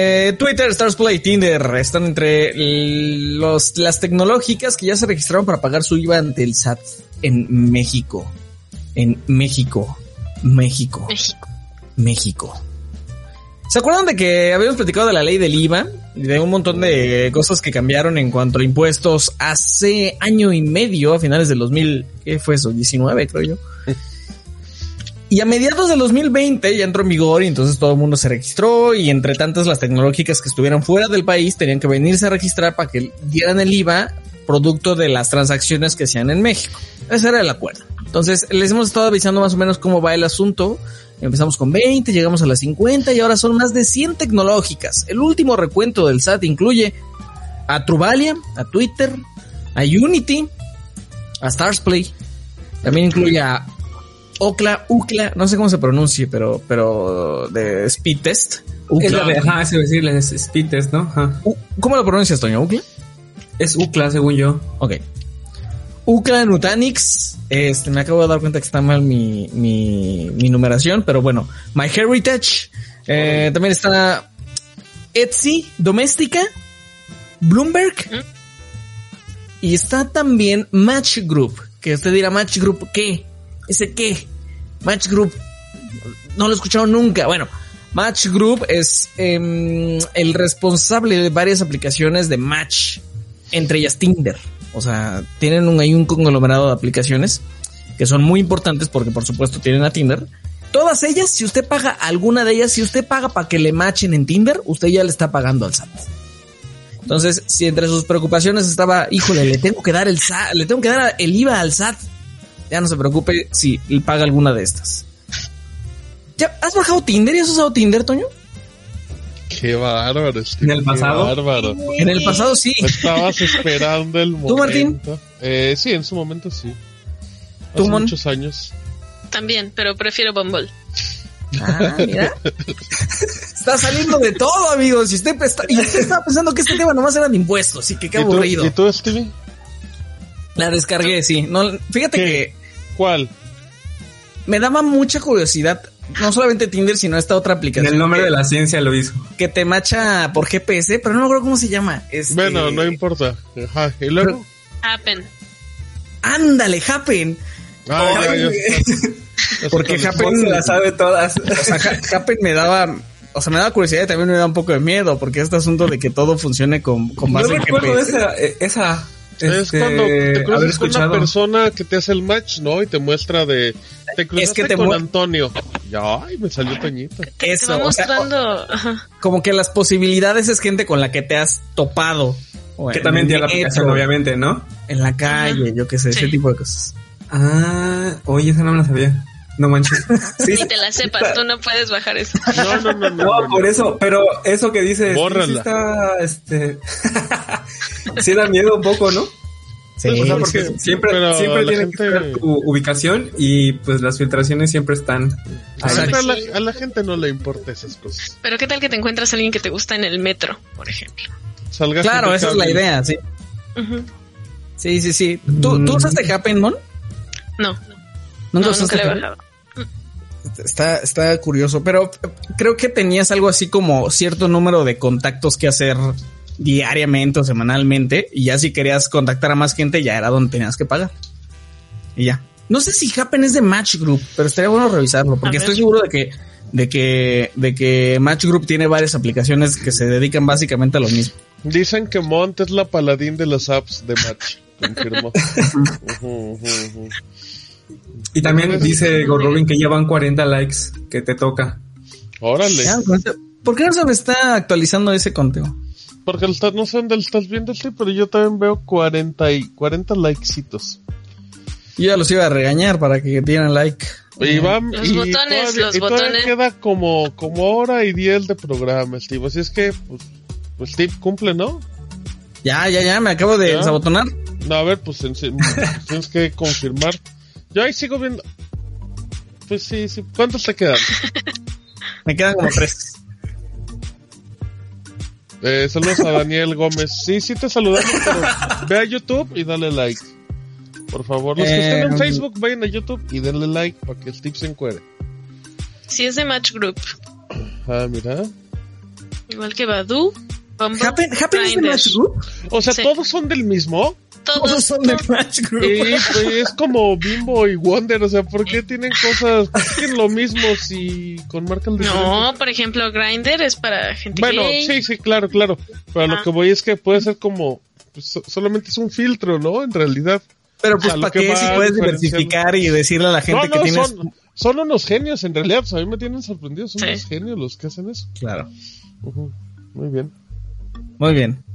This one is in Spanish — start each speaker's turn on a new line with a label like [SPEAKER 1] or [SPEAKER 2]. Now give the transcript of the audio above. [SPEAKER 1] Eh, Twitter, Starsplay, Tinder están entre los, las tecnológicas que ya se registraron para pagar su IVA ante el SAT en México. En México. México.
[SPEAKER 2] México.
[SPEAKER 1] México. ¿Se acuerdan de que habíamos platicado de la ley del IVA? Y de un montón de cosas que cambiaron en cuanto a impuestos hace año y medio, a finales del 2000, ¿qué fue eso? 19, creo yo. Y a mediados del 2020 ya entró en vigor y entonces todo el mundo se registró y entre tantas las tecnológicas que estuvieran fuera del país tenían que venirse a registrar para que dieran el IVA producto de las transacciones que sean en México. Ese era el acuerdo. Entonces les hemos estado avisando más o menos cómo va el asunto. Empezamos con 20, llegamos a las 50 y ahora son más de 100 tecnológicas. El último recuento del SAT incluye a Truvalia, a Twitter, a Unity, a Starsplay. También incluye a Ocla, Ucla, no sé cómo se pronuncie, pero, pero de speed test.
[SPEAKER 3] Es
[SPEAKER 1] Ucla.
[SPEAKER 3] la de, ajá, se decirle es speed test, ¿no? Ajá.
[SPEAKER 1] U- ¿Cómo lo pronuncias, Toño? ¿Ucla?
[SPEAKER 3] Es UCLA, según yo.
[SPEAKER 1] Ok. Ucla Nutanix. Este, me acabo de dar cuenta que está mal mi, mi, mi numeración, pero bueno. My Heritage. Eh, también está Etsy, Doméstica, Bloomberg. Y está también Match Group. Que usted dirá, Match Group, ¿qué? ¿Ese qué? Match Group. No lo he escuchado nunca. Bueno, Match Group es em, el responsable de varias aplicaciones de Match, entre ellas Tinder. O sea, tienen un, hay un conglomerado de aplicaciones que son muy importantes porque por supuesto tienen a Tinder. Todas ellas, si usted paga alguna de ellas, si usted paga para que le matchen en Tinder, usted ya le está pagando al SAT. Entonces, si entre sus preocupaciones estaba, híjole, le tengo que dar el SAT, le tengo que dar el IVA al SAT, ya no se preocupe si paga alguna de estas. ¿Ya ¿Has bajado Tinder y has usado Tinder, Toño?
[SPEAKER 4] Qué bárbaro. Steve,
[SPEAKER 3] ¿En el
[SPEAKER 4] qué
[SPEAKER 3] pasado?
[SPEAKER 4] bárbaro. No
[SPEAKER 1] En el pasado sí.
[SPEAKER 4] estabas esperando el momento.
[SPEAKER 1] ¿Tú, Martín?
[SPEAKER 4] Eh, sí, en su momento sí. Hace
[SPEAKER 1] ¿Tú, Mon?
[SPEAKER 4] muchos años.
[SPEAKER 2] También, pero prefiero Bumble.
[SPEAKER 1] Ah, mira. está saliendo de todo, amigos. Y usted, está- y usted estaba pensando que este tema nomás era de impuestos y que qué
[SPEAKER 4] ¿Y tú-
[SPEAKER 1] aburrido.
[SPEAKER 4] ¿Y tú, Stevie?
[SPEAKER 1] La descargué, sí. No, fíjate
[SPEAKER 4] ¿Qué? ¿Cuál?
[SPEAKER 1] que me daba mucha curiosidad, no solamente Tinder, sino esta otra
[SPEAKER 3] En
[SPEAKER 1] aplicación
[SPEAKER 3] el nombre
[SPEAKER 1] que,
[SPEAKER 3] de la ciencia lo hizo.
[SPEAKER 1] que te macha por GPS, pero no me acuerdo cómo se llama. Este-
[SPEAKER 4] Bueno, no importa. Ajá, ¿Y luego?
[SPEAKER 2] Happen.
[SPEAKER 1] Ándale, Happen.
[SPEAKER 4] Ah, ya, ya, ya.
[SPEAKER 1] Porque
[SPEAKER 4] Ya
[SPEAKER 1] Happen,
[SPEAKER 3] se Pues la sabe todas.
[SPEAKER 1] o sea, Ha- Happen me daba, o sea, me daba curiosidad y también me da un poco de miedo, porque este asunto de que todo funcione con, con
[SPEAKER 3] Yo
[SPEAKER 1] base en
[SPEAKER 3] recuerdo
[SPEAKER 1] GPS.
[SPEAKER 3] esa, eh, esa
[SPEAKER 4] Es
[SPEAKER 3] este,
[SPEAKER 4] cuando te
[SPEAKER 3] haber
[SPEAKER 4] cruzas con una
[SPEAKER 3] escuchado.
[SPEAKER 4] persona que te hace el match, ¿no? Y te muestra de... Te cruzaste
[SPEAKER 1] que te
[SPEAKER 4] con
[SPEAKER 1] mu-
[SPEAKER 4] Antonio. Ya, ay, me salió Toñito.
[SPEAKER 2] Te,
[SPEAKER 1] Eso,
[SPEAKER 2] te va
[SPEAKER 1] o sea,
[SPEAKER 2] mostrando. ajá.
[SPEAKER 1] como que las posibilidades es gente con la que te has topado. O
[SPEAKER 3] que
[SPEAKER 1] en
[SPEAKER 3] también
[SPEAKER 1] el
[SPEAKER 3] tiene la aplicación,
[SPEAKER 1] metro,
[SPEAKER 3] obviamente, ¿no?
[SPEAKER 1] En la calle, yo qué sé, ese
[SPEAKER 2] Sí.
[SPEAKER 1] tipo de cosas.
[SPEAKER 3] Ah, oye, esa no me la sabía. No manches.
[SPEAKER 1] Sí,
[SPEAKER 2] Ni te la sepas, tú no puedes bajar eso.
[SPEAKER 4] No, no, no, no.
[SPEAKER 3] No, por eso, pero eso que dices, sí, sí
[SPEAKER 4] Bórrala.
[SPEAKER 3] está, este, sí da miedo un poco, ¿no?
[SPEAKER 1] sí,
[SPEAKER 4] o sea,
[SPEAKER 3] Pues,
[SPEAKER 1] sí,
[SPEAKER 4] porque-
[SPEAKER 1] sí.
[SPEAKER 3] Siempre,
[SPEAKER 4] Pero
[SPEAKER 3] siempre
[SPEAKER 4] la
[SPEAKER 3] tiene que
[SPEAKER 4] gente-
[SPEAKER 3] estar tu ubicación y pues las filtraciones siempre están.
[SPEAKER 4] A,
[SPEAKER 1] O
[SPEAKER 3] ahí.
[SPEAKER 1] sea,
[SPEAKER 4] la, a la gente no le importa esas cosas.
[SPEAKER 2] Pero ¿qué tal que te encuentras a alguien que te gusta en el metro, por ejemplo?
[SPEAKER 4] Salgas
[SPEAKER 1] Claro, esa es la
[SPEAKER 4] impecable.
[SPEAKER 1] idea, sí.
[SPEAKER 2] Ujú.
[SPEAKER 1] Sí, sí, sí. ¿Tú,
[SPEAKER 3] Mm.
[SPEAKER 1] ¿tú usaste Happen, Mon?
[SPEAKER 2] No, no,
[SPEAKER 1] ¿Nunca
[SPEAKER 2] nunca,
[SPEAKER 1] usaste
[SPEAKER 2] le he
[SPEAKER 1] Happen?
[SPEAKER 2] bajado.
[SPEAKER 1] Está, está curioso, pero eh, creo que tenías algo así como cierto número de contactos que hacer diariamente o semanalmente, y ya si querías contactar a más gente, ya era donde tenías que pagar. Y ya. No sé si Happen es de Match Group, pero estaría bueno revisarlo, porque
[SPEAKER 2] A ver.
[SPEAKER 1] estoy seguro de que, de que, de que Match Group tiene varias aplicaciones que se dedican básicamente a lo mismo.
[SPEAKER 4] Dicen que Mont es la paladín de las apps de match. Confirmo. Ujú, ujú, ujú.
[SPEAKER 3] Y también dice Gorrobin que ya van 40 likes que te toca.
[SPEAKER 4] Órale.
[SPEAKER 1] Ya, con este- ¿Por qué no se me está actualizando ese conteo?
[SPEAKER 4] Porque lo estás, no sé dónde lo estás viendo, sí, pero yo también veo 40, y, 40 likesitos.
[SPEAKER 1] Yo ya los iba a regañar para que dieran like.
[SPEAKER 4] Y va-
[SPEAKER 2] Los
[SPEAKER 4] y
[SPEAKER 2] botones,
[SPEAKER 4] todavía-
[SPEAKER 2] los
[SPEAKER 4] y todavía
[SPEAKER 2] botones.
[SPEAKER 4] queda como, como hora y 10 de programa, Steve. Así es que, pues, pues, Steve cumple, ¿no?
[SPEAKER 1] Ya, ya, ya, me acabo de
[SPEAKER 4] ¿Ya?
[SPEAKER 1] sabotonar.
[SPEAKER 4] No, a ver, pues en- tienes que confirmar. Yo ahí sigo viendo. Pues sí, sí. ¿Cuántos te quedan?
[SPEAKER 1] Me quedan como tres.
[SPEAKER 4] Eh, saludos a Daniel Gómez. Sí, sí te saludamos, pero ve a YouTube y dale like. Por favor, los que estén
[SPEAKER 1] Eh,
[SPEAKER 4] en Facebook, vayan a YouTube y denle like para que el tip se encuere.
[SPEAKER 2] Si es de Match Group,
[SPEAKER 4] Ah, mira.
[SPEAKER 2] Igual que Badu. Bumble,
[SPEAKER 1] Happen, Happen es de
[SPEAKER 2] Grindr.
[SPEAKER 1] Match Group.
[SPEAKER 4] O sea,
[SPEAKER 2] Sí.
[SPEAKER 4] todos son del mismo.
[SPEAKER 1] Todos
[SPEAKER 2] Todos,
[SPEAKER 1] son de Match Group.
[SPEAKER 4] Y pues, es como Bimbo y Wonder. O sea, ¿por qué tienen cosas? ¿Por qué tienen lo mismo si con marcas diferentes?
[SPEAKER 2] No, por ejemplo, Grinder es para gente
[SPEAKER 4] Bueno,
[SPEAKER 2] gay.
[SPEAKER 4] sí, sí, claro, claro. Pero
[SPEAKER 2] Ah.
[SPEAKER 4] lo que voy es que puede ser como. pues, so- solamente es un filtro, ¿no? En realidad.
[SPEAKER 1] Pero
[SPEAKER 4] O
[SPEAKER 1] pues,
[SPEAKER 4] sea, lo
[SPEAKER 1] ¿para
[SPEAKER 4] que
[SPEAKER 1] qué
[SPEAKER 4] va
[SPEAKER 1] si puedes
[SPEAKER 4] diferenciando.
[SPEAKER 1] diversificar y decirle a la gente
[SPEAKER 4] no, no,
[SPEAKER 1] que tienes?
[SPEAKER 4] son, son unos genios, en realidad. O sea, a mí me tienen sorprendido. Son
[SPEAKER 2] Sí.
[SPEAKER 4] unos genios los que hacen eso.
[SPEAKER 1] Claro.
[SPEAKER 4] Ujú, Muy bien.
[SPEAKER 1] Muy bien.